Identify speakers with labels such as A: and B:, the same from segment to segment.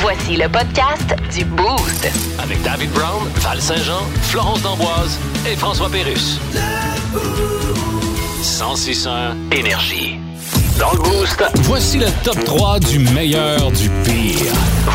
A: Voici le podcast du Boost.
B: Avec David Brown, Val Saint-Jean, Florence D'Amboise et François Pérus. 1061 Énergie. Dans le Boost, voici le top 3 du meilleur du pire.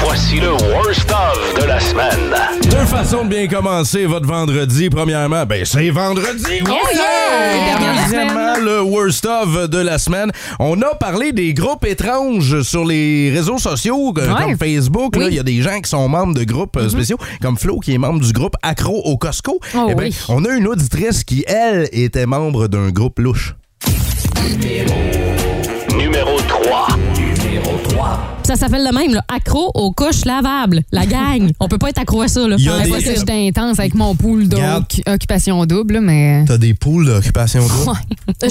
B: Voici le worst of de la semaine.
C: Deux façons de bien commencer votre vendredi. Premièrement, ben c'est vendredi.
D: Oh yeah! Dernière
C: Deuxièmement,
D: semaine.
C: le worst of de la semaine. On a parlé des groupes étranges sur les réseaux sociaux euh,
D: Ouais.
C: comme Facebook. là.
D: Oui.
C: Il y a des gens qui sont membres de groupes euh, spéciaux, comme Flo qui est membre du groupe Accro au Costco.
D: Oh
C: Eh ben,
D: oui.
C: On a une auditrice qui, elle, était membre d'un groupe louche.
B: Numéro 3.
D: Ça s'appelle le même, là, accro aux couches lavables. La gang. On peut pas être accro à ça, là.
C: Il y a
D: Ouais,
C: des-
E: Moi,
D: pas
E: c'est
D: ça.
E: j'étais intense avec mon pool
C: Regarde.
E: d'occupation double, là, mais.
C: T'as des poules d'occupation double.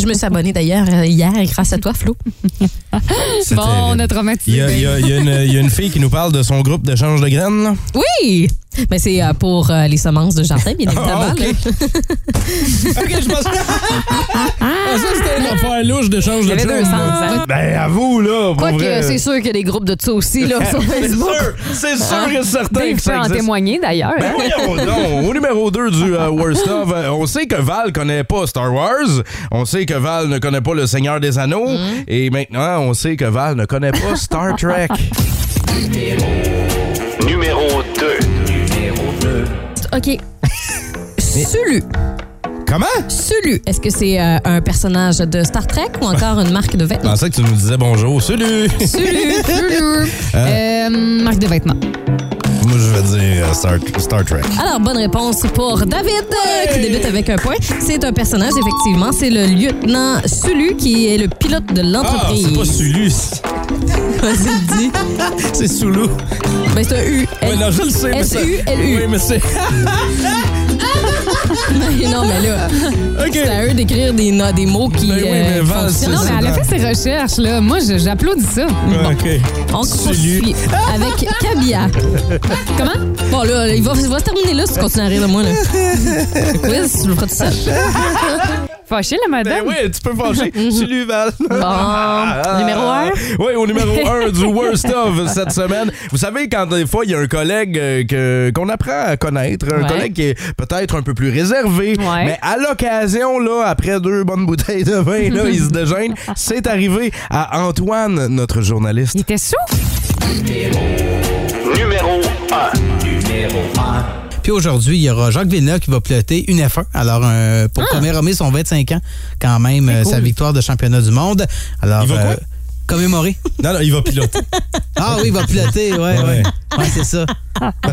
F: Je me suis abonnée d'ailleurs euh, hier grâce à toi, Flo.
C: C'est
E: Bon, on
C: terrible.
E: a
C: Il y
E: traumatisé.
C: a, il y a- il y a une, il y a une fille qui nous parle de son groupe d'échange de graines. là.
F: Oui! Mais c'est euh, pour euh, les semences de jardin, bien évidemment.
C: Ah, ok.
F: là.
C: Ok, je pense que. Ah, ça,
F: Ah!
C: c'était une affaire louche d'échange de
F: Il y avait deux sens, hein.
C: Ben, à vous, là. Pour
E: Quoique,
C: vrai. euh,
E: c'est sûr qu'il y a des groupes de ça aussi, là, sur
C: C'est
E: Facebook.
C: sûr, c'est sûr et certain que
E: Dave peut
C: ça
E: en
C: existe.
E: témoigner, d'ailleurs.
C: Ben voyons donc. Au numéro 2 du euh, Worst of, euh, on sait que Val connaît pas Star Wars, on sait que Val ne connaît pas Le Seigneur des Anneaux,
E: Mm.
C: et maintenant, on sait que Val ne connaît pas Star Trek.
B: Numéro 2.
F: OK. Sulu.
C: Comment?
F: Sulu. Est-ce que c'est euh, un personnage de Star Trek ou encore une marque de
C: Je
F: vêtements?
C: pensais que tu nous disais bonjour. Salut!
E: Lulu, Lulu. Euh, marque de vêtements.
C: Moi, je vais dire euh, Star, Star Trek.
F: Alors, bonne réponse pour David, euh, qui débute avec un point. C'est un personnage, effectivement. C'est le lieutenant Sulu qui est le pilote
C: Ah,
F: de
C: c'est pas
F: l'entreprise.
C: Sulu,
F: Vas-y, le dis.
C: c'est Sulu.
F: Ben, c'est un U.
C: Ouais, non, je le sais, mais ça-
F: S-U-L-U.
C: Oui, mais c'est.
F: non, mais là,
C: OK.
F: c'est à eux d'écrire des, no- des mots qui.
C: Ben oui, mais
F: euh,
C: Val,
F: fonctionnent.
C: c'est
E: Non, mais elle a fait ses recherches, là. Moi, je- j'applaudis ça.
C: OK.
F: On
C: Sulu.
F: poursuit avec Kabia. Comment? Bon, là, il va, il va se terminer là si tu continues à rire de moi. Là. Le quiz, tu le feras tout seul.
E: Fâchée, la madame.
C: Ben oui, tu peux fâcher. Sulu, Val.
F: Bon, numéro un.
C: Oui, au numéro 1 du Worst of cette semaine. Vous savez, quand des fois, il y a un collègue euh, que- qu'on apprend à connaître, un
E: Ouais.
C: collègue qui est peut-être un peu plus réservé,
E: Ouais.
C: mais à l'occasion, là, après deux bonnes bouteilles de vin, là, il se dégêne. C'est arrivé à Antoine, notre journaliste.
E: Il était sous.
B: Numéro 1.
G: Puis aujourd'hui, il y aura Jacques Villeneuve qui va piloter une F1. Alors, euh, pour commémorer son 25 ans, quand même, euh, sa victoire de championnat du monde. Alors, euh,
C: Il va quoi?
G: commémorer.
C: Non, non, il va piloter.
G: Ah oui, il va piloter, ouais, ouais.
C: Ouais.
G: Ouais, c'est ça.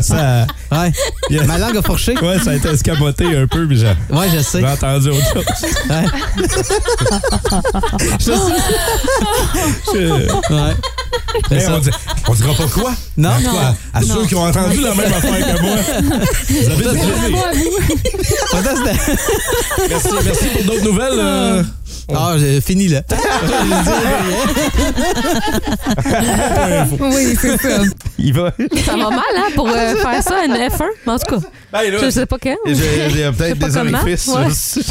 C: ça,
G: Ouais.
C: Yes.
G: Ma langue a fourché.
C: ouais, Bah, ça a été escamoté un peu, mais j'ai
G: Ouais, je sais.
C: entendu autre chose.
G: Ouais. Ouais. C'est ça.
C: Eh, on dira pas quoi?
G: Non,
C: Quoi? À ceux qui ont entendu la même affaire que moi. Vous avez dit-
G: Attends, c'était-
C: Merci, merci pour d'autres nouvelles. euh.
G: Ah, j'ai fini là.
E: Oui, c'est ça.
C: Il va.
F: Ça va mal, hein, pour euh, faire ça, une F1. Mais en tout cas,
C: Ben là,
F: je sais pas quand.
C: j'ai- j'ai peut-être
F: pas
C: des
F: comment,
C: orifices.
F: ouais.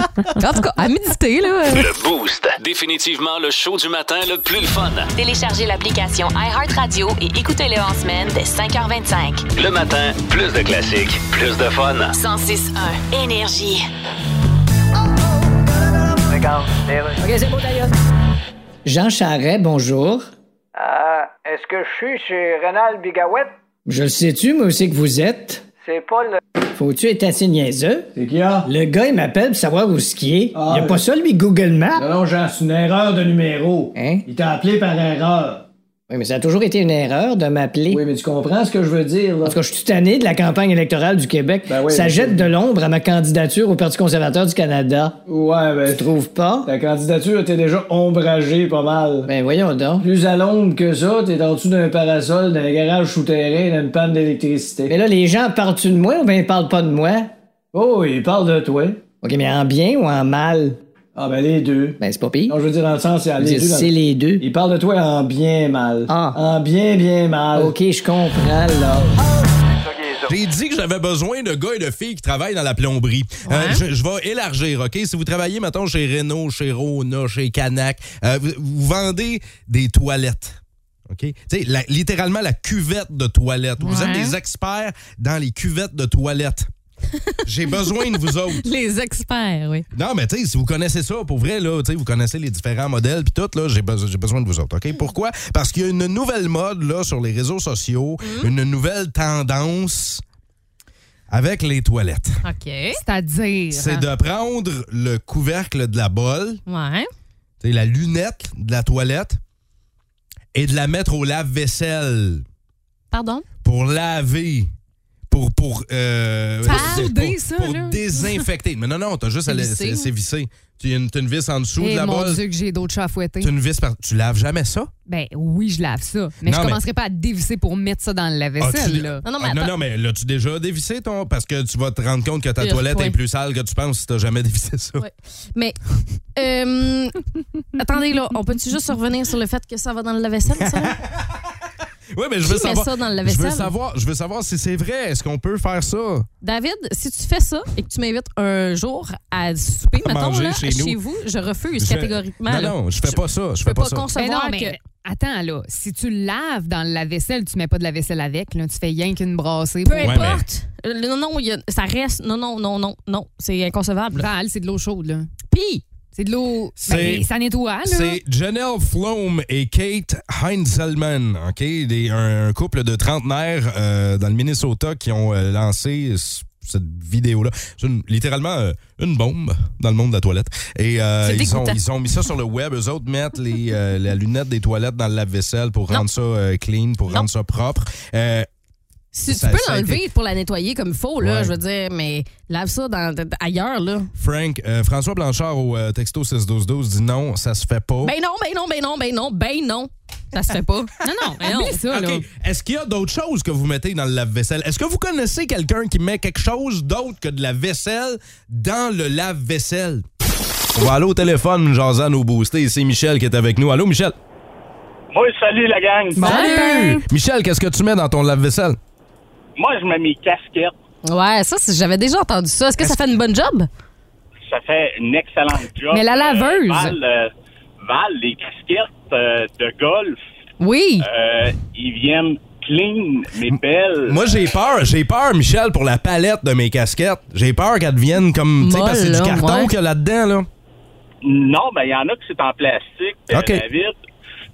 C: sur-
F: En tout cas, à méditer, là. euh.
B: Le Boost. Définitivement le show du matin le plus le fun.
A: Téléchargez l'application iHeartRadio et écoutez-le en semaine dès 5h25.
B: Le matin, plus de classiques, plus de fun.
A: 106.1 Énergie.
H: Jean Charret, bonjour.
I: Ah, est-ce que je suis chez Rénal Bigawet?
H: Je le sais-tu, moi aussi, que vous êtes?
I: C'est pas le.
H: Faut-tu être assez niaiseux?
I: C'est qui, hein?
H: Le gars, il m'appelle pour savoir où skier.
I: Ah,
H: il a pas
I: le-
H: ça, lui, Google Maps.
I: non, Jean, c'est une erreur de numéro.
H: Hein?
I: Il t'a appelé par erreur.
H: Oui, mais ça a toujours été une erreur de m'appeler.
I: Oui, mais tu comprends ce que je veux dire, là?
H: En tout cas, je suis tanné de la campagne électorale du Québec.
I: Ben oui,
H: ça
I: mais-
H: jette de l'ombre à ma candidature au Parti conservateur du Canada.
I: Ouais, ben,
H: Tu trouves pas?
I: ta candidature était déjà ombragée pas mal.
H: Ben voyons donc.
I: Plus à l'ombre que ça, t'es en dessous d'un parasol, d'un garage souterrain, d'une panne d'électricité.
H: Mais là, les gens parlent-tu de moi ou bien ils parlent pas de moi?
I: Oh, il parle de toi.
H: OK, mais en bien ou en mal?
I: Ah, ben, les deux.
H: Ben, c'est pas pire.
I: Non, je veux dire, dans le sens, c'est les deux. dans-
H: C'est les deux.
I: Il parle de toi en bien mal.
H: Ah.
I: En bien, bien mal.
H: OK, je comprends, là.
C: J'ai dit que j'avais besoin de gars et de filles qui travaillent dans la plomberie. Euh, je, je vais élargir, OK? Si vous travaillez, mettons, chez Renault, chez Rona, chez Canac, euh, vous, vous vendez des toilettes. OK? Tu sais, la- littéralement la cuvette de toilette. Vous êtes des experts dans les cuvettes de toilette. J'ai besoin de vous autres.
D: Les experts, oui.
C: Non, mais tu sais, si vous connaissez ça, pour vrai, là, tu sais, vous connaissez les différents modèles puis tout, là, j'ai besoin, j'ai besoin de vous autres, OK?
D: Mm.
C: Pourquoi? Parce qu'il y a une nouvelle mode, là, sur les réseaux sociaux,
D: Mm.
C: une nouvelle tendance avec les toilettes.
D: OK.
E: C'est-à-dire.
C: C'est de prendre le couvercle de la bol,
D: Ouais.
C: tu sais, la lunette de la toilette, et de la mettre au lave-vaisselle
D: Pardon?
C: pour laver. Pour, pour, euh,
D: Ça a
C: c'est-
D: soudé,
C: pour-
D: ça,
C: pour
D: là.
C: désinfecter. Mais non, non, t'as juste à la-
D: vissé.
C: c'est c'est vissé. Tu as une, t'as une vis en dessous
E: Eh,
C: de la
E: mon
C: bol.
E: Dieu, que j'ai d'autres chats à fouetter.
C: Tu as une vis par- Tu laves jamais ça?
E: Ben oui, je lave ça. Mais
C: Non,
E: je
C: mais-
E: commencerai pas à dévisser pour mettre ça dans le
C: Ah, tu-
E: lave-vaisselle, là.
D: Non, non, mais
C: Ah, non,
D: attends.
C: non, mais l'as-tu déjà dévissé, ton? Parce que tu vas te rendre compte que ta
D: Pire
C: toilette
D: point.
C: est plus sale que tu penses si t'as jamais dévissé ça.
D: Ouais.
F: Mais, euh, attendez, là, on peut-tu juste revenir sur le fait que ça va dans le lave-vaisselle, ça? là?
C: Oui, mais je veux
F: Qui met
C: savoir.
F: ça dans le
C: je veux
F: lave-vaisselle?
C: savoir, je veux savoir si c'est vrai. Est-ce qu'on peut faire ça?
F: David, si tu fais ça et que tu m'invites un jour à souper,
C: À
F: mettons,
C: manger
F: là,
C: chez
F: chez,
C: nous.
F: vous, je refuse
C: Je-
F: catégoriquement.
C: Non,
F: là.
C: non, je fais pas ça. Je
F: Je peux
C: fais
F: pas,
C: pas ça.
E: Ben non,
F: concevoir
E: mais
F: que...
E: attends, là. Si tu laves dans le lave-vaisselle, tu mets pas de la vaisselle avec, là. Tu fais rien qu'une brassée.
F: Peu
E: pour-
C: Ouais,
F: importe. Euh, Non, non, il y a- ça reste. Non, non, non, non, non. C'est inconcevable.
E: Val, c'est de l'eau chaude, là.
F: Puis,
E: C'est de l'eau.
C: C'est-
E: Ben, ça nettoie, là.
C: C'est Janelle Flom et Kate Heinzelman, OK? Des- un, un couple de trentenaires euh, dans le Minnesota qui ont euh, lancé c- cette vidéo-là. C'est une- littéralement euh, une bombe dans le monde de la toilette. Et euh,
F: C'est
C: ils, ont,
F: dégoûtant.
C: ils ont mis ça sur le web. Eux autres mettent les, euh, la lunette des toilettes dans le lave-vaisselle pour
F: Non.
C: rendre ça euh, clean, pour
F: Non.
C: rendre ça propre. Euh,
F: si
C: Ça-
F: tu peux
C: ça a été-
F: l'enlever pour la nettoyer comme il faut, là,
C: Ouais.
F: je veux dire, mais lave ça dans, dans- ailleurs, là.
C: Frank, euh, François Blanchard au euh, texto 61212 dit non, ça se fait pas.
F: Ben non, ben non, ben non, ben non, ben non. Ça se fait pas. non, non, ben non.
E: Oublie ça, là.
C: OK. Est-ce qu'il y a d'autres choses que vous mettez dans le lave-vaisselle? Est-ce que vous connaissez quelqu'un qui met quelque chose d'autre que de la vaisselle dans le lave-vaisselle? On va aller au téléphone, Jean-Zan au boosté. C'est Michel qui est avec nous. Allô, Michel?
J: Moi, salut la gang.
C: Salut! Michel, qu'est-ce que tu mets dans ton lave-vaisselle?
J: Moi, je mets mes casquettes.
F: Ouais, ça, c'est- j'avais déjà entendu ça. Est-ce que ça fait une bonne job?
J: Ça fait une excellente job.
E: Mais la laveuse.
J: Val, euh, Val, les casquettes euh, de golf,
F: Oui.
J: euh, ils viennent clean, mais belles.
C: Moi, j'ai peur. J'ai peur, Michel, pour la palette de mes casquettes. J'ai peur qu'elles deviennent comme... Tu sais, parce que c'est du
F: Molle, là,
C: carton
F: ouais.
C: qu'il y a là-dedans, là.
J: Non, ben il y en a que c'est en plastique, euh,
C: OK.
J: David.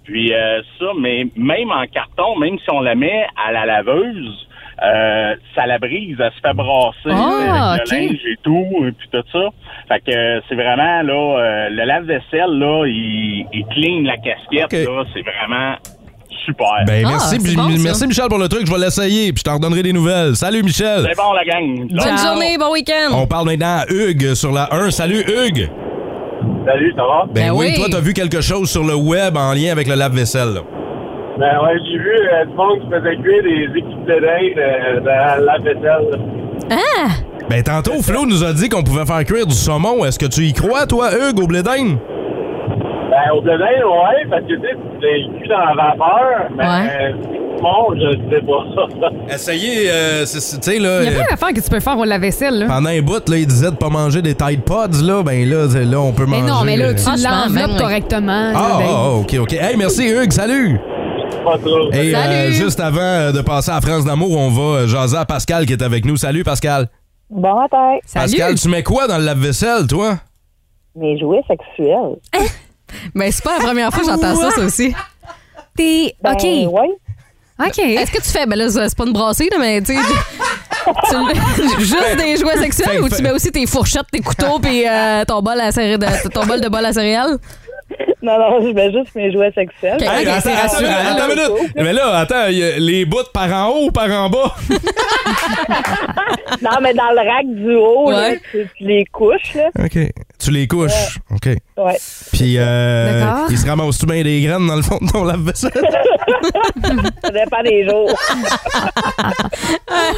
J: Puis euh, ça, mais même en carton, même si on la met à la laveuse, euh, ça la brise, elle se fait brasser euh,
E: Ah,
J: avec
E: OK.
J: le linge et tout, et puis tout ça. Fait que euh, c'est vraiment là, euh, le lave-vaisselle là, il, il clean la casquette
C: OK.
J: là, c'est vraiment super.
C: Ben,
F: Ah,
C: merci,
F: c'est
C: mi-
F: bon, ça.
C: merci, Michel, pour le truc. Je vais l'essayer, puis je t'en redonnerai des nouvelles. Salut, Michel!
J: c'est bon la gang.
F: Bonne journée, bon week-end.
C: On parle maintenant à Hugues sur la 1. Salut, Hugues!
J: Salut, ça va?
C: Ben,
F: Ben
C: oui,
F: oui.
C: toi, t'as vu quelque chose sur le web en lien avec le lave-vaisselle. là.
J: Ben ouais, j'ai vu du monde qui faisait cuire des équipes de euh, dans la lave-vaisselle.
F: Hein?
C: Ben, tantôt, Flo nous a dit qu'on pouvait faire cuire du saumon. Est-ce que tu y crois, toi, Hugues, au blé d'Inde?
J: Ben, au Blédin, ouais, parce que tu sais, tu l'as cuit dans la vapeur. Mais
F: Ouais.
J: bon, je sais pas.
C: Essayez, euh, c'est- c'est- tu sais, là,
E: Il y a
C: euh,
E: plein d'affaires que tu peux faire au lave-vaisselle, là.
C: pendant un bout, là, il disait de pas manger des Tide Pods, là. Ben, là, c'est- là on peut
E: Mais
C: manger. euh,
E: non, mais là, tu
F: Franchement, même,
E: l'enveloppes
F: oui.
E: correctement.
C: Ah,
E: là, ben,
C: ah, ah, OK, OK. Hey, merci, Hugues. Salut!
J: pas trop.
C: Et euh,
F: Salut.
C: juste avant euh, de passer à France d'amour, on va euh, jaser à Pascal qui est avec nous. Salut, Pascal.
K: Bon matin.
C: Pascal, tu mets quoi dans le lave-vaisselle, toi?
K: Mes jouets sexuels.
F: Mais c'est pas la première fois que j'entends ça, ça aussi.
D: T'es.
K: Ben,
D: OK.
K: Oui.
E: OK.
F: Est-ce que tu fais, ben là, c'est pas une brassée, là, mais tu sais. tu mets
K: Ben,
F: juste des jouets
C: Fait-
F: sexuels ou
C: fait-
F: tu mets aussi tes fourchettes, tes couteaux puis euh, ton bol à céré- de, ton bol de bol à céréales?
K: Non, non, je mets juste mes jouets sexuels.
F: Ok.
C: Hey, attends,
F: c'est
C: attends,
F: rassurant,
C: attends,
F: là.
C: une minute. Mais là, attends, il y a les bouts par en haut ou par en bas?
K: Non, mais dans le rack du haut, là,
F: Ouais.
K: tu, tu les couches, là.
C: OK. Tu les couches. OK.
K: Ouais.
C: Puis, euh,
E: D'accord.
C: il se ramasse-tu bien des graines dans le fond de ton lave-vaisselle?
K: Ça dépend des jours.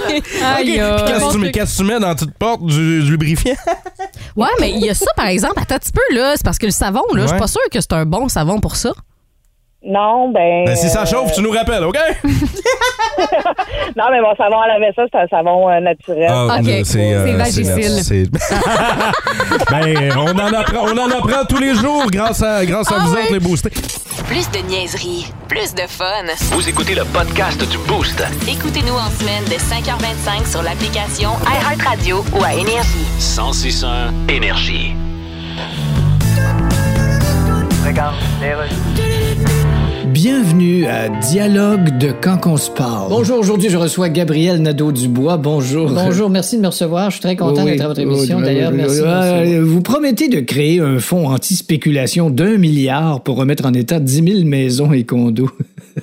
F: Aïe,
C: Puis,
F: aïe.
C: qu'est-ce que tu mets- qu'est-ce que tu mets dans toute porte du, du lubrifiant?
K: Euh,
F: Ouais, mais il y a ça, par exemple. Attends un petit peu, là. C'est parce que le savon, là, je
C: Ouais.
F: suis
K: Euh,
F: pas sûre que c'est un bon savon pour ça.
K: Non, ben.
C: Ben, si ça
K: euh,
C: chauffe, tu nous rappelles, OK?
K: Ben, Non, mais mon savon à la vaisselle, c'est un savon euh, naturel.
C: Ah, là, euh, c'est- ben, on en, apprend, on en apprend tous les jours grâce à, grâce
F: Ah
C: à vous autres, les boostés.
A: Plus de niaiserie, plus de fun.
B: Vous écoutez le podcast du Boost.
A: Écoutez-nous en semaine de 5h25 sur l'application iHeartRadio ou à Énergie.
B: 1061 Énergie.
L: Regarde, les
I: Bienvenue à Dialogue de Quand qu'on se parle. Bonjour, aujourd'hui je reçois Gabriel Nadeau-Dubois. Bonjour.
H: Bonjour, merci de me recevoir. Je suis très content
I: Oui,
H: d'être à votre
I: oui,
H: émission.
I: oui,
H: D'ailleurs,
I: oui,
H: merci.
I: oui.
H: merci.
I: Euh, Vous promettez de créer un fonds anti-spéculation d'un milliard pour remettre en état 10 000 maisons et condos.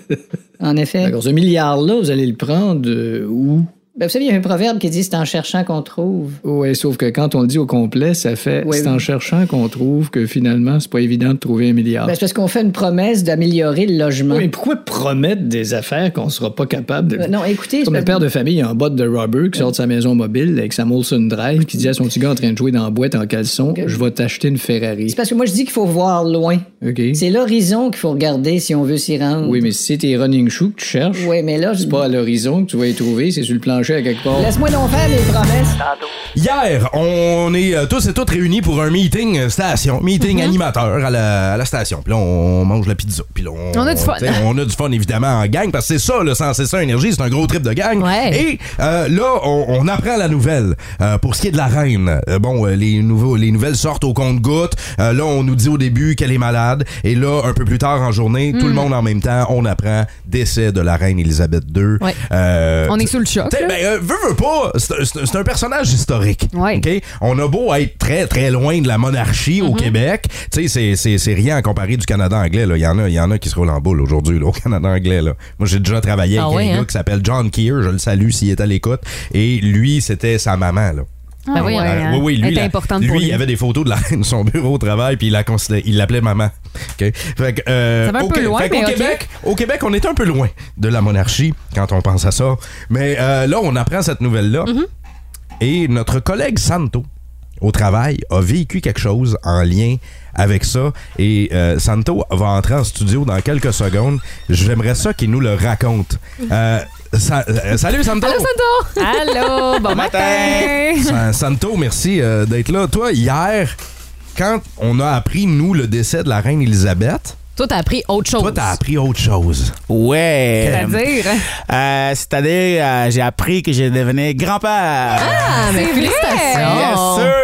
I: Ben,
H: En effet.
I: D'accord, ce milliard-là, vous allez le prendre euh, où?
H: Ben, vous savez, il y a un proverbe qui dit c'est en cherchant qu'on trouve.
I: Oui, sauf que quand on le dit au complet, ça fait
H: Oui,
I: c'est
H: oui.
I: en cherchant qu'on trouve que finalement, c'est pas évident de trouver un milliard.
H: Ben, c'est parce qu'on fait une promesse d'améliorer le logement.
I: Oui, mais pourquoi promettre des affaires qu'on sera pas capable de.
H: Euh, non, écoutez, c'est
I: Comme le
H: parce-
I: père de famille en botte de rubber qui sort de sa maison mobile avec sa Molson Drive qui dit à son petit gars en train de jouer dans la boîte en caleçon Je vais t'acheter une Ferrari.
H: C'est parce que moi, je dis qu'il faut voir loin.
I: OK.
H: C'est l'horizon qu'il faut regarder si on veut s'y rendre.
I: Oui, mais si c'est tes running shoes que tu cherches,
H: Oui, mais là, je...
I: c'est pas à l'horizon que tu vas y trouver, c'est sur le plancher à quelque part.
H: laisse-moi donc faire des promesses.
C: Hier, on est euh, tous et toutes réunis pour un meeting euh, station, meeting
E: Mhm.
C: animateur à la, à la station. Puis là, on mange la pizza. Puis là, on,
E: On a du fun.
C: t'sais, on a du fun, évidemment, en gang, parce que c'est ça, le sens, c'est ça, énergie, c'est un gros trip de gang. Et euh, là, on, on apprend la nouvelle. Euh, pour ce qui est de la reine, euh, bon, euh, les, nouveaux, les nouvelles sortent au compte-gouttes. Euh, là, on nous dit au début qu'elle est malade. Et là, un peu plus tard en journée,
E: Hmm.
C: tout le monde en même temps, on apprend décès de la reine Elisabeth II.
E: Ouais.
C: Euh,
E: On est sous le choc,
C: t'sais,
E: là.
C: ben, euh, veux, veux pas, c'est c'est- c'est un personnage historique. OK? On a beau être très, très loin de la monarchie
E: Mm-hmm.
C: au Québec. Tu sais, c'est- c'est- c'est rien à comparer du Canada anglais. là. Il y, en a- il y en a qui se roulent en boule aujourd'hui là, au Canada anglais. Là. Moi, j'ai déjà travaillé
E: Ah
C: avec
E: ouais,
C: un gars
E: hein?
C: qui s'appelle John Keir. Je le salue s'il est à l'écoute. Et lui, c'était sa maman. Là.
E: Ah oui,
C: Euh,
E: hein?
C: oui, oui,
E: Elle
C: lui,
E: est
C: la-
E: importante
C: lui,
E: pour
C: il
E: lui.
C: avait des photos de la reine de son bureau au travail, puis il la considérait- il l'appelait maman. OK? Fait que, euh,
E: Ça va un
C: au
E: peu
C: Qué-
E: loin,
C: fait qu'au
E: mais OK.
C: Québec, au Québec, on est un peu loin de la monarchie quand on pense à ça. Mais euh, là, on apprend cette nouvelle-là.
E: Mm-hmm.
C: Et notre collègue Santo, au travail, a vécu quelque chose en lien avec ça. Et euh, Santo va entrer en studio dans quelques secondes. J'aimerais ça qu'il nous le raconte. Euh, sa- euh, salut Santo!
E: Allô, Santo! Allô, bon matin!
C: San- Santo, merci euh, d'être là. Toi, hier, quand on a appris, nous, le décès de la reine Elisabeth,
D: Toi, t'as appris autre
E: Oh.
D: chose.
C: toi, t'as appris autre chose.
M: Ouais.
D: C'est-à-dire?
M: Euh, C'est-à-dire, euh, j'ai appris que je devenais grand-père.
F: Ah, Oh! mais félicitations!
M: Yes, sir.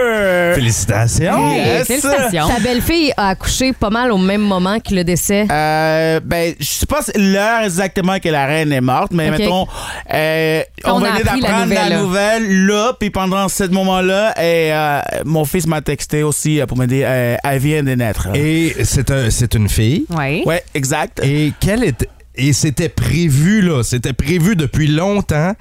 C: Félicitations.
M: Yes.
F: Ta belle-fille a accouché pas mal au même moment que le décès.
M: Euh, ben, je sais pas si l'heure exactement que la reine est morte, mais
F: Ok.
M: mettons, euh,
F: On
M: on,
F: a
M: venait
F: appris la
M: d'apprendre la,
F: nouvelle, là.
M: nouvelle là, puis pendant ce moment-là, et, euh, mon fils m'a texté aussi euh, pour me dire, euh, elle vient de naître.
F: Ah.
C: Et c'est un- c'est une fille.
E: Oui.
M: Ouais, exact.
C: Et quelle était et c'était prévu là, c'était prévu depuis longtemps.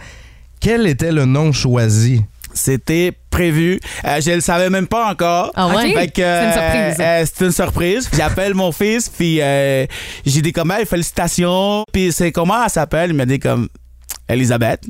C: Quel était le nom choisi
M: C'était prévu. Euh, je le savais même pas encore.
E: Ah ouais?
M: Fait
E: Ok,
M: que,
E: c'est une surprise.
M: euh, euh, c'est une surprise. J'appelle mon fils, puis euh, j'ai dit comme, Hey, félicitations. Puis c'est comment elle s'appelle? Il m'a dit comme, Elisabeth.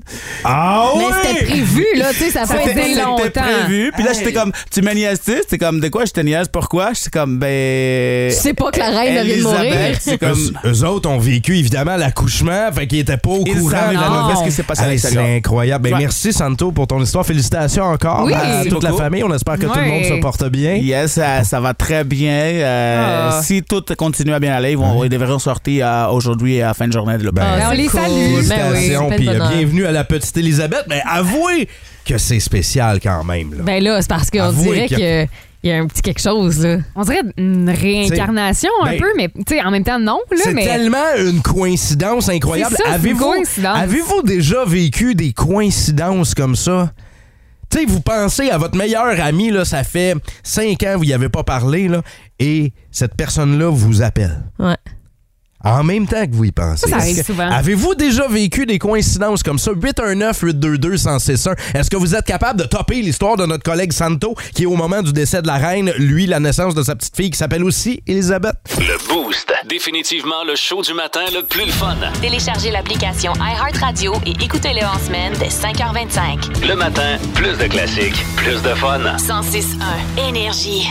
C: Ah
F: Mais c'était prévu, là, tu sais, ça a pas été longtemps.
M: C'était prévu. Puis là, j'étais comme, tu me niaises-tu? C'était comme, de quoi je te niaise? Pourquoi? J'étais comme, ben...
F: Tu sais pas que la reine
M: elle
F: vient de mourir.
M: Euh, C'est comme...
C: Eux, eux autres ont vécu évidemment l'accouchement, fait qu'ils étaient pas au
M: Ils
C: courant
M: savaient
C: de la
M: pas
C: nouvelle.
M: ce qui s'est passé à
C: Hey, C'est
M: l'extérieur.
C: incroyable. Ben,
M: Ouais.
C: Merci Santo pour ton histoire. Félicitations encore
M: Oui.
C: à toute la
M: Beaucoup.
C: famille. On espère que tout le monde
M: Ouais.
C: se porte bien.
M: Yes, ça, ça va très bien. Euh,
C: Ah.
M: Si tout continue à bien aller, ils, vont, ils devront sortir euh, aujourd'hui à la fin de journée. là.
C: Ben,
E: on les salue.
C: Félicitations, puis, euh, bienvenue à la petite Elisabeth. Mais avouez que c'est spécial quand même. là.
D: Ben là, c'est parce qu'on
C: Avouez
D: dirait
C: qu'il
D: qu'il
C: y a-
D: y a un petit quelque chose, là.
E: On dirait une réincarnation un
C: ben,
E: peu, mais tu sais, en même temps, non. là,
C: C'est
E: mais-
C: tellement une coïncidence incroyable.
E: C'est ça, c'est une
C: Avez-vous
E: coïncidence.
C: avez-vous déjà vécu des coïncidences comme ça? Tu sais, vous pensez à votre meilleur ami, là, ça fait cinq ans, vous n'y avez pas parlé, là, et cette personne-là vous appelle.
F: Ouais.
C: En même temps que vous y pensez.
F: Ça, ça
C: Est-ce
F: arrive
C: que-
F: souvent.
C: Avez-vous déjà vécu des coïncidences comme ça? 819-822-1061. Est-ce que vous êtes capable de topper l'histoire de notre collègue Santo, qui est au moment du décès de la reine, lui, la naissance de sa petite fille qui s'appelle aussi Elisabeth?
B: Le Boost. Définitivement le show du matin le plus le fun.
A: Téléchargez l'application iHeartRadio et écoutez-le en semaine dès 5h25.
B: Le matin, plus de classiques, plus de fun.
A: 106.1 Énergie.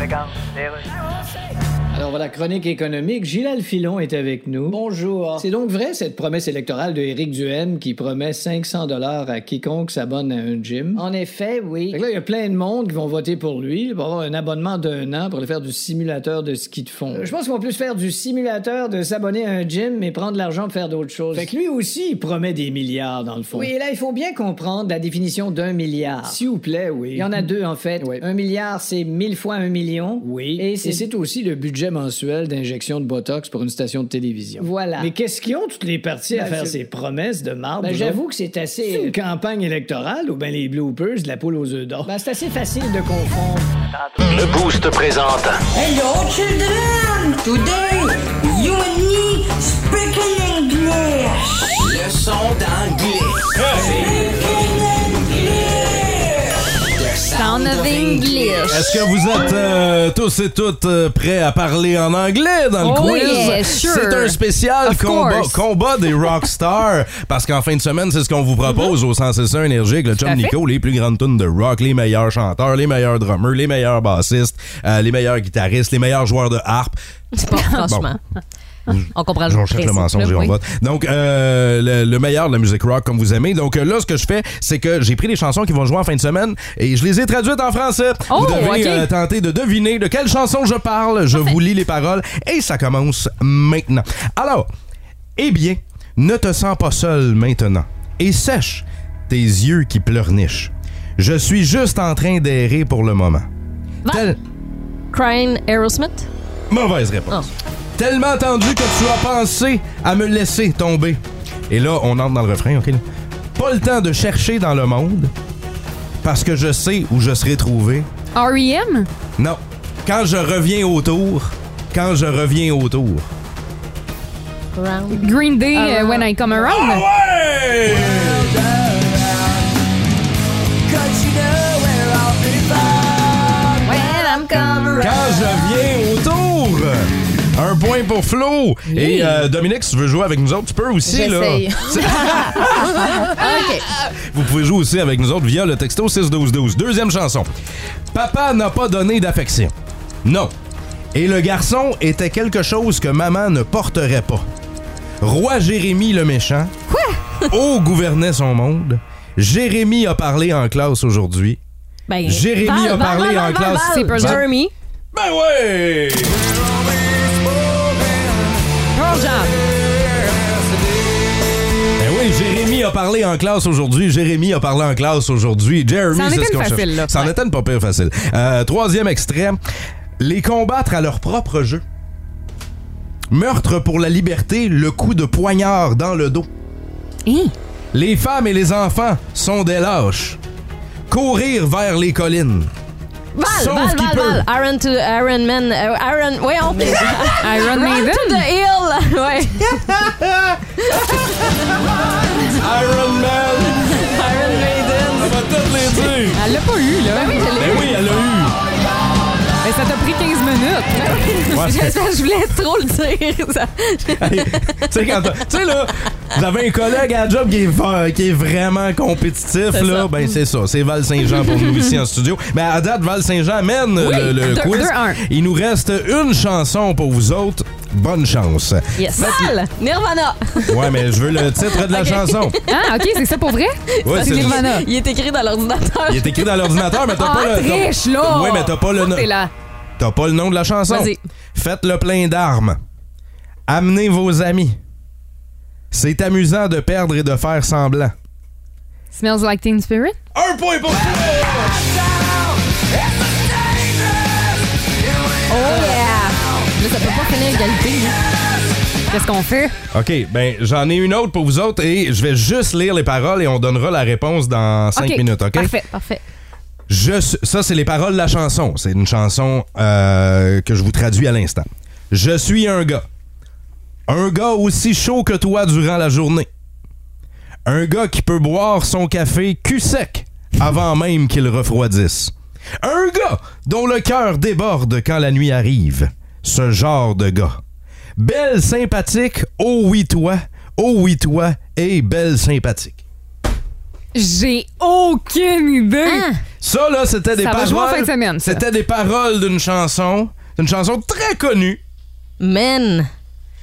L: Regarde, les
I: Alors,
H: Alors voilà, chronique économique. Gilles Filon est avec nous. Bonjour. C'est donc vrai cette promesse électorale de Éric Duhem qui promet 500 dollars à quiconque s'abonne à un gym. En effet, oui. là, il y a plein de monde qui vont voter pour lui. Il va avoir un abonnement d'un an pour aller faire du simulateur de ski de fond. Euh, je pense qu'on va plus faire du simulateur de s'abonner à un gym, mais prendre l'argent pour faire d'autres choses. Fait que lui aussi, il promet des milliards dans le fond. Oui, et là, il faut bien comprendre la définition d'un milliard. S'il vous plaît, oui. Il y en a deux en fait. Un milliard, c'est mille fois un million. Oui. Et
I: Et c'est aussi le budget mensuel d'injection de Botox pour une station de télévision.
H: Voilà. Mais qu'est-ce qu'ils ont toutes les parties à
I: Ben,
H: faire
I: je-
H: ces promesses de marbre?
I: Ben, j'avoue
H: que c'est assez... euh, une campagne électorale ou ben les bloopers de la poule aux œufs d'or? Ben, c'est assez facile de confondre.
B: Le Boost présente
N: Hello, children! Today, you and me speaking English. Le son d'anglais. Speaking English. The
F: Sound of English.
C: Est-ce que vous êtes euh, tous et toutes euh, prêts à parler en anglais dans le
F: Oh
C: quiz?
F: yeah, sure.
C: C'est un spécial
F: Of
C: combat,
F: course.
C: combat des rockstars parce qu'en fin de semaine, c'est ce qu'on vous propose au 161 énergique. Le chum
B: à fait.
C: Nico, les plus grandes tunes de rock, les meilleurs chanteurs, les meilleurs drummers, les meilleurs bassistes, euh, les meilleurs guitaristes, les meilleurs joueurs de harpe.
D: C'est pas franchement. On comprend le
C: Je recherche le
D: principe,
C: mensonge
D: là,
C: et on
D: oui.
C: vote. Donc, euh, le, le meilleur de la musique rock comme vous aimez. Donc, euh, là, ce que je fais, c'est que j'ai pris les chansons qui vont jouer en fin de semaine et je les ai traduites en français.
B: Oh,
C: vous devez
B: ok.
C: euh, tenter de deviner de quelle chanson je parle. Je vous lis les paroles et ça commence maintenant. Alors, eh bien, ne te sens pas seul maintenant et sèche tes yeux qui pleurnichent. Je suis juste en train d'errer pour le moment. Tel-
D: Crying Aerosmith?
C: Mauvaise réponse. Tellement tendu que tu as pensé à me laisser tomber. Et là, on entre dans le refrain, OK? là. Pas le temps de chercher dans le monde parce que je sais où je serai trouvé.
E: R.E.M.?
C: Non. Quand je reviens autour, quand je reviens autour.
E: Green Day, euh, When I Come Around?
C: Ah, Quand je viens autour. Un point pour Flo. Et euh, Dominique, si tu veux jouer avec nous autres, tu peux aussi. là.
O: J'essaye.
N: OK.
C: Vous pouvez jouer aussi avec nous autres via le texto 61212. Deuxième chanson. Papa n'a pas donné d'affection. Non. Et le garçon était quelque chose que maman ne porterait pas. Roi Jérémie le méchant. Quoi? Haut gouvernait son monde. Jérémie a parlé en classe aujourd'hui.
D: Ben,
C: Jérémy
D: Val,
C: a
D: Val,
C: parlé
D: Val,
C: en
D: Val,
C: classe.
D: Val, Val.
C: Val.
D: Jeremy.
C: Ben ouais!
D: Pearl Jam.
C: Ben oui, Jérémy a parlé en classe aujourd'hui. Jérémy a parlé en classe aujourd'hui. Jeremy,
B: Ça en
C: c'est
B: était
C: ce
B: une
C: qu'on cherche.
B: facile, là.
C: Ça en était une pas pire facile. Euh, troisième extrait. Les combattre à leur propre jeu. Meurtre pour la liberté, le coup de poignard dans le dos. Les femmes et les enfants sont des lâches. Courir vers les collines.
D: Val,
C: Sauf
D: Val,
C: qu'il
D: Val,
C: peut.
D: Val. Iron to Iron Man. euh, Iron. Oui, on
E: Iron
D: Run
E: Maiden?
D: to the hill. Ouais.
C: Iron Man.
D: Iron Maiden.
C: Elle va toutes les dire.
E: Elle l'a pas eu, là. Ben oui, je
C: Ben oui, elle l'a eu.
E: Mais ça t'a pris 15 minutes.
C: Ouais.
D: Je, je voulais trop le dire. ça.
C: Tu sais, quand t'as- tu sais, là, j'avais un collègue à la job qui est, va- qui est vraiment compétitif,
B: C'est
C: là.
B: ça.
C: Ben, c'est ça. C'est Val Saint-Jean pour nous ici en studio. Mais à date, Val Saint-Jean mène
B: Oui,
C: le, le
B: deux-
C: quiz.
B: deux, un.
C: Il nous reste une chanson pour vous autres. Bonne chance.
D: Yes. Val, Nirvana.
C: Ouais, mais je veux le titre de la
D: Ok.
C: chanson.
E: Ah, OK, c'est ça pour vrai?
C: Ouais, c'est-
E: Nirvana.
D: Il est écrit dans l'ordinateur.
C: Il est écrit dans l'ordinateur, mais t'as
E: Ah,
C: pas le. t'as-
E: triche, là!
C: Ouais, mais t'as pas le. nom-
E: T'es là.
C: T'as pas le nom de la chanson.
E: Vas-y.
C: Faites le plein d'armes. Amenez vos amis. C'est amusant de perdre et de faire semblant.
E: Smells like Teen Spirit?
C: Un point pour
D: Oh yeah. Là, ça peut pas finir égalité. hein.
E: Qu'est-ce qu'on fait?
C: OK, ben j'en ai une autre pour vous autres et je vais juste lire les paroles et on donnera la réponse dans 5 minutes, OK?
E: Parfait, parfait.
C: Je su- ça, c'est les paroles de la chanson. C'est une chanson euh, que je vous traduis à l'instant. Je suis un gars. Un gars aussi chaud que toi durant la journée. Un gars qui peut boire son café cul sec avant même qu'il refroidisse. Un gars dont le cœur déborde quand la nuit arrive. Ce genre de gars. Belle sympathique, oh oui toi, oh oui toi, et belle sympathique.
E: J'ai aucune idée.
D: Ah.
C: Ça, là, c'était des
E: Ça va jouer en
C: paroles.
E: fin de semaine, ça.
C: C'était des paroles d'une chanson. C'est une chanson très connue.
F: Man.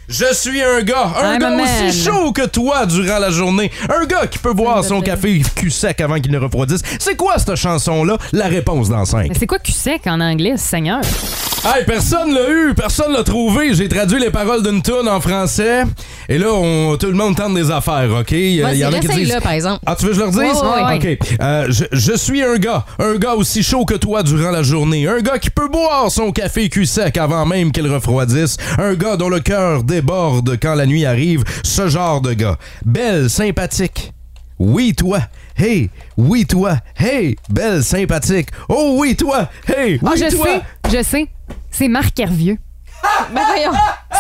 C: Je suis un gars, un
F: I'm a
C: gars
F: man.
C: aussi chaud que toi durant la journée, un gars qui peut boire son café cul sec avant qu'il ne refroidisse. C'est quoi cette chanson-là? La réponse dans 5.
E: Mais c'est quoi Q-sec en anglais, Seigneur?
C: Hey, personne l'a eu, personne l'a trouvé. J'ai traduit les paroles d'une tune en français. Et là, on, tout le monde tente des affaires, OK? Euh, Il
F: Vas-y, réessaye-le, par exemple.
C: Ah, tu veux que je leur dise?
F: Ouais, ouais, ouais.
C: OK. Euh, je, je suis un gars, un gars aussi chaud que toi durant la journée. Un gars qui peut boire son café cul sec avant même qu'il refroidisse. Un gars dont le cœur déborde quand la nuit arrive. Ce genre de gars. Belle, sympathique. Oui, toi. Hey, oui, toi. Hey, belle, sympathique. Oh, oui, toi. Hey,
E: Ah,
C: oui,
E: je
C: toi.
E: sais, je sais. C'est Marc Hervieux.
F: Ben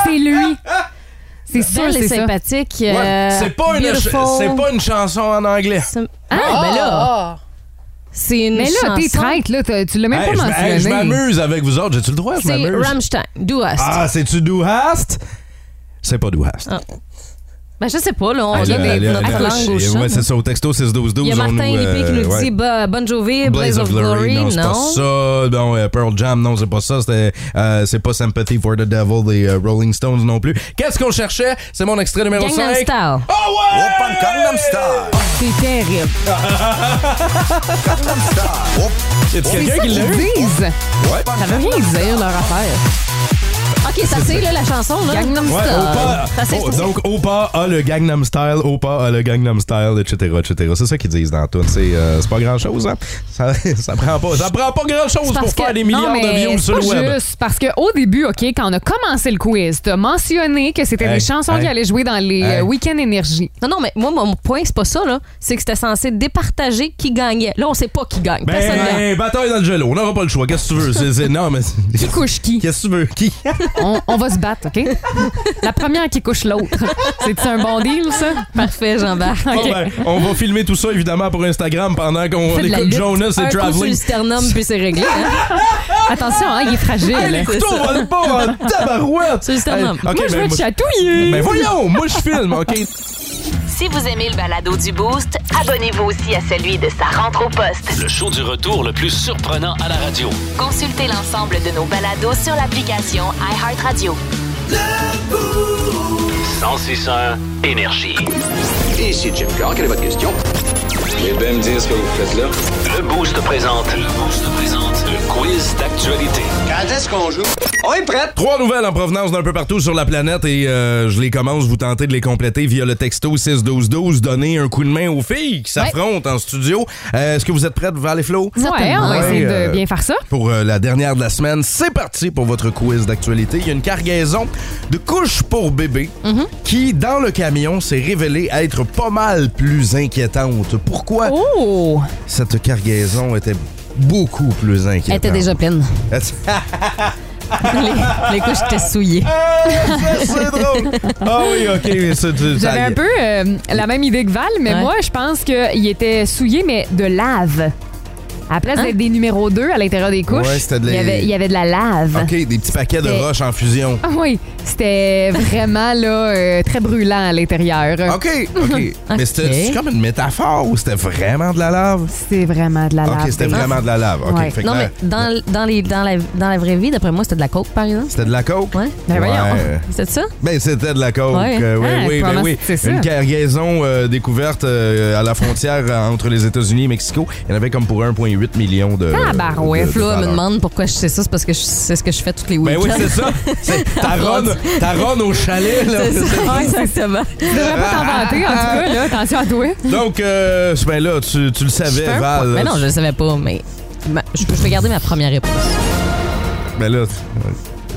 E: C'est lui. C'est sûr,
F: Belle et
E: Ah, c'est ça.
F: sympathique.
C: Ouais,
F: euh,
C: c'est pas, une
F: beautiful.
C: ch- c'est pas une chanson en anglais.
F: Ah, ben là. C'est une
E: Mais là, t'es
F: chanson.
E: traite, là. t'as- Tu l'as même
C: Hey, je
E: pas
C: m- hey, je
E: mentionné.
C: m'amuse avec vous autres. J'ai-tu le droit? Je
F: C'est
C: m'amuse.
F: Rammstein, Do Us.
C: Ah, c'est-tu Do Hast? C'est pas Do Hast.
F: Ah. Ben, je sais pas, là, on
C: Allez,
F: a des-
C: allez,
F: notre
C: allez,
F: langue au
C: allez,
F: chat.
C: ouais, c'est ça, au texto 6-12-12.
F: Il y a
C: on
F: Martin
C: nous,
F: Lippé qui
C: euh,
F: nous dit
C: ouais.
F: bah, Bon Jovi, Blaze, of Glory,
C: c'est
F: non?
C: pas ça. Bon, euh, Pearl Jam, non, c'est pas ça. C'était, euh, c'est pas Sympathy for the Devil des euh, Rolling Stones non plus. Qu'est-ce qu'on cherchait? C'est mon extrait numéro 5.
N: Gangnam Style.
C: Oh ouais!
E: C'est terrible.
C: Y a-t-il
E: C'est
C: quelqu'un
E: ça
C: qui
E: qu'ils
C: l'a eu?
E: disent.
C: Ouais.
E: Ça veut rien dire, leur affaire.
F: Ok, ça c'est là, la chanson, là.
E: Gangnam
C: Ouais, Opa,
F: Ça c'est
C: Oh, donc Opa a le Gangnam Style, Opa a le Gangnam Style, etc., etc. C'est ça qu'ils disent dans tout. C'est euh, c'est pas grand chose, hein. Ça, ça prend pas, ça prend pas grand chose pour faire des milliards de views sur le
E: C'est
C: web.
E: pas juste parce qu'au début, OK, quand on a commencé le quiz, t'as mentionné que c'était
C: Hey,
E: des chansons
C: hey.
E: qui allaient jouer dans les
C: Hey.
E: euh, week-ends énergie.
F: Non, non, mais moi, mon point, c'est pas ça, là. C'est que c'était censé départager qui gagnait. Là, on sait pas qui gagne.
C: Ben,
F: Personne gagne.
C: ben, bataille dans le gelo, on n'aura pas le choix. Qu'est-ce que tu veux? C'est, c'est- non, mais. Qui
E: couche qui?
C: Qu'est-ce que tu veux? Qui?
E: On, on va se battre, OK? La première qui couche l'autre. C'est un bon deal, ça?
F: Parfait, j'embarque.
C: Bon, ben, on va filmer tout ça, évidemment, pour Instagram pendant qu'on
F: Fait de la
C: écoute
F: lutte.
C: Jonas et
F: Un coup sur le
C: Traveling.
F: sternum, puis c'est réglé. hein.
E: Attention, hein, il est fragile.
C: Ah,
F: Hey, les couteaux
E: C'est ça.
F: volent pas, hein,
C: tabarouette!
F: C'est le sternum.
C: Hey, ok,
E: Moi, je
C: ben,
E: veux te chatouiller.
C: Ben, voyons, moi, je filme, OK?
A: Si vous aimez le balado du Boost, abonnez-vous aussi à celui de sa rentre au poste.
B: Le show du retour le plus surprenant à la radio.
A: Consultez l'ensemble de nos balados sur l'application iHeartRadio.
B: 1061 Énergie.
O: Ici Jim Carr, quelle est votre question? Eh bien, me dire ce que vous faites là.
B: Le Boost présente. Le Boost présente. Le quiz d'actualité.
O: Quand est-ce qu'on joue? On est prêt!
C: Trois nouvelles en provenance d'un peu partout sur la planète et euh, je les commence, vous tentez de les compléter via le texto 6-12-12. Donnez un coup de main aux filles qui s'affrontent en studio. Euh, Est-ce que vous êtes prêtes, Val et Flo?
E: Ouais, on va
C: Ouais,
E: essayer
C: euh,
E: de bien faire ça.
C: Pour euh, la dernière de la semaine, c'est parti pour votre quiz d'actualité. Il y a une cargaison de couches pour bébé
E: Mhm.
C: qui, dans le camion, s'est révélée être pas mal plus inquiétante. Pourquoi
E: Oh.
C: cette cargaison était beaucoup plus inquiétante?
F: Elle était déjà pleine. Les, les couches étaient souillées.
C: c'est drôle. Ah oui, ok. mais c'est- c'est- ça y
E: J'avais
C: est.
E: un peu euh, la même idée que Val, mais
F: Ouais.
E: moi, je pense qu'il était souillé, mais de lave. À la
F: Hein?
E: place d'être des numéros 2 à l'intérieur des couches,
C: Ouais, c'était de la-
E: il, y avait, il y avait de la lave.
C: OK, des petits paquets de
E: C'était-
C: roches en fusion.
E: Ah oui, c'était vraiment là, euh, très brûlant à l'intérieur.
C: OK, OK. Mais c'était c'est comme une métaphore ou c'était vraiment de la lave?
E: C'est vraiment de la lave. hein.
C: OK, c'était vraiment de la lave. OK,
F: Ouais.
C: fait que ben,
F: Non,
C: là,
F: mais dans, l- dans, les, dans, la, dans la vraie vie, d'après moi, c'était de la coke, par exemple.
C: c'était de la coke? Ouais.
F: Ben voyons. C'était ça?
C: Ben, c'était de la coke.
F: Ouais.
C: euh, oui,
F: Ah,
C: oui, ben
F: comment
C: oui.
F: c'est ça?
C: Une cargaison euh, découverte euh, à la frontière euh, entre les États-Unis et Mexico. Il y en avait comme pour 1,8 million de.
E: Ah, bah,
C: de- de
F: Flo, elle Ah, me
C: valeur.
F: demande pourquoi je sais ça. C'est parce que je- c'est ce que je fais tous les
C: Ben
F: week-ends.
C: oui, c'est ça. C'est- Ta ronde, ta ronde au chalet, là.
F: C'est ça, exactement.
E: Tu devrais pas t'en vanter, en tout cas, là, attention à toi.
C: Donc, euh, ben là, tu, tu le savais, Val.
F: Mais Ben non, je le savais pas, mais ma- je, je vais garder ma première réponse.
C: Ben là,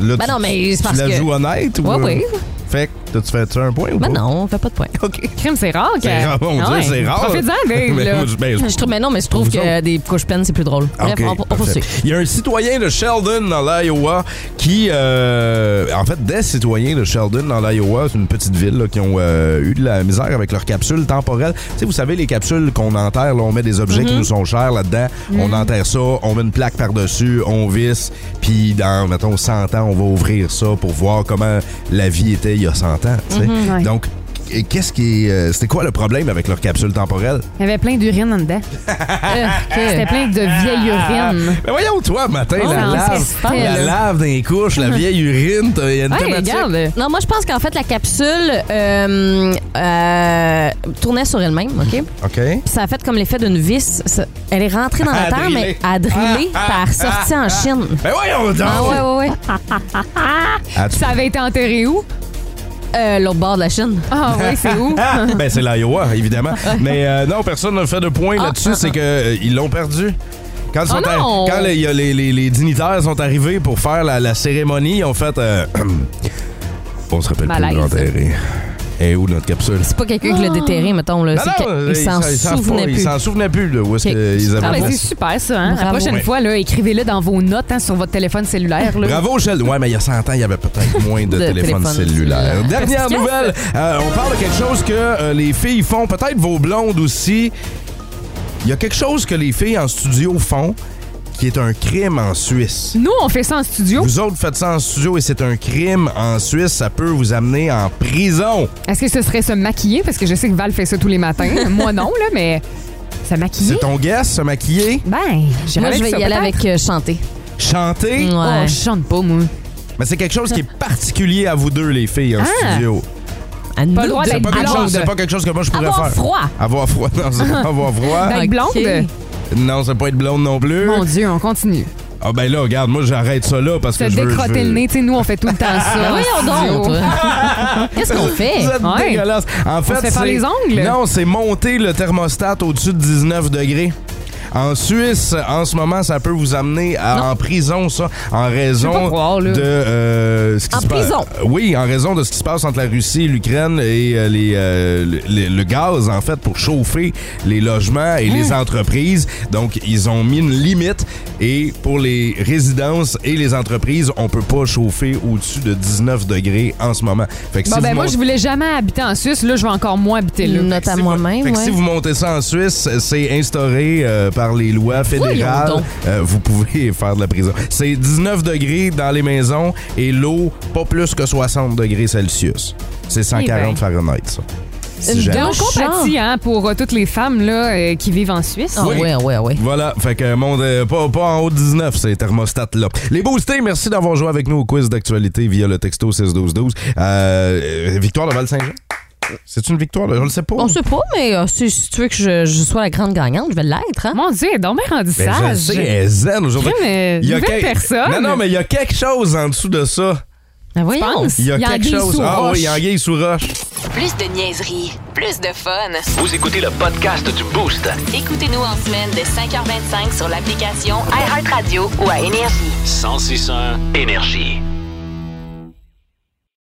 C: là
F: Ben
C: tu,
F: non, mais c'est
C: tu
F: parce
C: la
F: que-
C: joues honnête ou.
F: Ouais, oui.
C: Fait que t'as-tu fait ça un point ou
F: Ben
C: pas?
F: non, Ah on fait pas de point.
C: OK.
E: Crime, c'est rare. que-
C: C'est rare, on dirait,
E: Ouais.
C: c'est rare.
E: Profites-en, Dave,
C: Ben,
E: là.
C: moi, je- ben,
F: Je trouve, mais non, mais je trouve
C: Vous
F: que
C: autres?
F: des couches pleines, c'est plus drôle. Bref,
C: Ah, OK,
F: on, on
C: parfait.
F: poursuit.
C: Il y a un citoyen de Sheldon dans l'Iowa qui, euh, en fait, des citoyens de Sheldon dans l'Iowa, c'est une petite ville là, qui ont euh, eu de la misère avec leurs capsules temporelles. Tu sais, vous savez, les capsules qu'on enterre, là, on met des objets qui
P: Mhm.
C: nous sont chers là-dedans, on
P: Mhm.
C: enterre ça, on met une plaque par-dessus, on visse, puis dans, mettons, 100 ans, on va ouvrir ça pour voir comment la vie était il y a 100 ans. tu sais.
P: Mhm, ouais.
C: Donc, et qu'est-ce qui. euh, C'était quoi le problème avec leur capsule temporelle?
E: Il y avait plein d'urine en dedans. Euh, C'était plein de vieille urine.
C: Mais voyons, toi, matin,
E: Oh,
C: la
E: non,
C: lave.
E: c'est
F: pas,
C: La
F: là.
C: lave des couches, la vieille urine, t'as- il y a une thématique.
F: Non, moi, je pense qu'en fait, la capsule euh, euh, tournait sur elle-même, OK?
C: OK.
F: Puis ça a fait comme l'effet d'une vis. Ça- Elle est rentrée dans la
N: À
F: terre,
N: driller.
F: mais à driller,
N: Ah,
F: par
N: ah,
F: sortie
N: ah,
F: en Chine.
N: Ben voyons donc!
F: Ah, ouais, ouais, ouais.
C: Ah, tu- Ça
F: avait été enterré où? Euh, L'autre bord de la Chine.
E: Ah,
F: oui,
C: ben, c'est l'Iowa, évidemment. Mais euh, non, personne n'a fait de point là-dessus. C'est qu'ils l'ont perdu. Quand, ils sont
N: Oh
C: arri-
N: non!
C: quand les, il y a les- les- les dignitaires sont arrivés pour faire la, la cérémonie, ils ont fait... euh, on se rappelle
F: Malaise.
C: plus de l'enterrer. Et où notre capsule?
F: C'est pas quelqu'un qui l'a déterré, mettons. Là.
C: Ah. Non,
F: C'est
C: non,
F: que-
C: ils
F: il s'en
C: s'en- ils s'en
F: souvenait
C: foutent, ils
F: plus.
C: s'en souvenaient plus de où est-ce
F: Ok.
C: qu'ils avaient
E: Ah, ben,
C: mis.
E: c'est super, ça. Hein? La
C: Bravo.
E: prochaine
C: Ouais.
E: fois, là, écrivez-le dans vos notes hein, sur votre téléphone cellulaire. Là.
C: Bravo, Gilles. Ouais, mais il y a 100 ans, il y avait peut-être moins de,
E: De
C: téléphones
E: téléphone
C: cellulaires.
E: cellulaire.
C: Dernière
E: Efficace.
C: nouvelle, euh, on parle de quelque chose que euh, les filles font, peut-être vos blondes aussi. Il y a quelque chose que les filles en studio font qui est un crime en Suisse.
E: Nous, on fait ça en studio.
C: Vous autres faites ça en studio et c'est un crime en Suisse, ça peut vous amener en prison.
E: Est-ce que ce serait se maquiller? Parce que je sais que Val fait ça tous les matins. Moi, non, là, mais se maquiller.
C: C'est ton guess, se maquiller?
E: Ben, j'irais
F: Moi, je
E: avec
F: vais
E: ça,
F: y aller
E: peut-être.
F: avec euh, chanter.
C: Chanter?
E: Oh, je chante pas, moi.
C: Mais c'est quelque chose qui est particulier à vous deux, les filles, en
E: Ah!
C: studio.
E: Pas le droit
C: C'est
E: d'être
C: pas, quelque
E: blonde.
C: chose- c'est pas quelque chose que moi je pourrais
E: Avoir
C: faire.
E: froid.
C: Avoir froid. Non, c'est pas avoir froid.
E: D'être blonde?
C: Non, c'est pas être blonde non plus.
E: Mon Dieu, on continue.
C: Ah ben là, regarde, moi j'arrête ça là parce
E: Se
C: que je veux...
E: décrotter
C: je veux-
E: le nez, tu sais, nous, on fait tout le temps ça.
F: Voyons
E: en
F: donc,
E: studio.
F: toi. Qu'est-ce qu'on fait?
C: Vous êtes
F: Ouais.
C: dégueulasse. En
F: On
C: fait,
F: se fait faire
C: c'est-
F: les ongles?
C: Non, c'est monter le thermostat au-dessus de 19 degrés. En Suisse, en ce moment, ça peut vous amener à- en prison, ça, en
N: Je peux
C: raison
N: pas croire, là.
C: de euh, ce qui
N: En
C: se passe-
N: prison?
C: Oui, en raison de ce qui se passe entre la Russie, et l'Ukraine et euh, les, euh, le, le- le gaz, en fait, pour chauffer les logements et
E: Mmh.
C: les entreprises. Donc, ils ont mis une limite et pour les résidences et les entreprises, on peut pas chauffer au-dessus de 19 degrés en ce moment. Fait que
E: Bon,
C: si
E: ben,
C: vous
E: moi,
C: montez-
E: je voulais jamais habiter en Suisse. Là, je vais encore moins habiter là.
F: Note à moi-même,
C: fait que si vous montez ça en Suisse, c'est instauré euh, par les lois
F: donc.
C: fédérales. Euh, vous pouvez faire de la prison. C'est 19 degrés dans les maisons et l'eau pas plus que 60 degrés Celsius. C'est
F: Eh
C: 140
E: ben.
C: Fahrenheit, ça. Si
E: Une
C: jamais.
E: Donc, compatie, hein, pour euh, toutes les femmes là, euh, qui vivent en Suisse.
F: Ah,
C: Oui.
F: Eh.
C: Voilà, fait que monde, euh, pas, pas en haut de 19, ces thermostats-là. Les boostés, merci d'avoir joué avec nous au quiz d'actualité via le texto 6-12-12. Euh, euh, victoire de Val-Saint-Jean? C'est une victoire, là? je le sais pas.
F: On sait pas, mais euh, si, si tu veux que je, je sois la grande gagnante, je vais l'être. Hein?
E: Mon Dieu, donc bien rendu
C: Ben, je le sais, elle est zen aujourd'hui.
E: Crime, euh, nouvelle personne.
C: Non, non, mais il y a quelque chose en dessous de ça.
F: Ben,
C: Il y a quelque chose. Ah oui, il y a anguille sous roche.
A: Plus de niaiserie, plus de fun.
B: Vous écoutez le podcast du Boost.
A: Écoutez-nous en semaine de 5h25 sur l'application iHeartRadio ou à Énergie.
B: 1061 Énergie.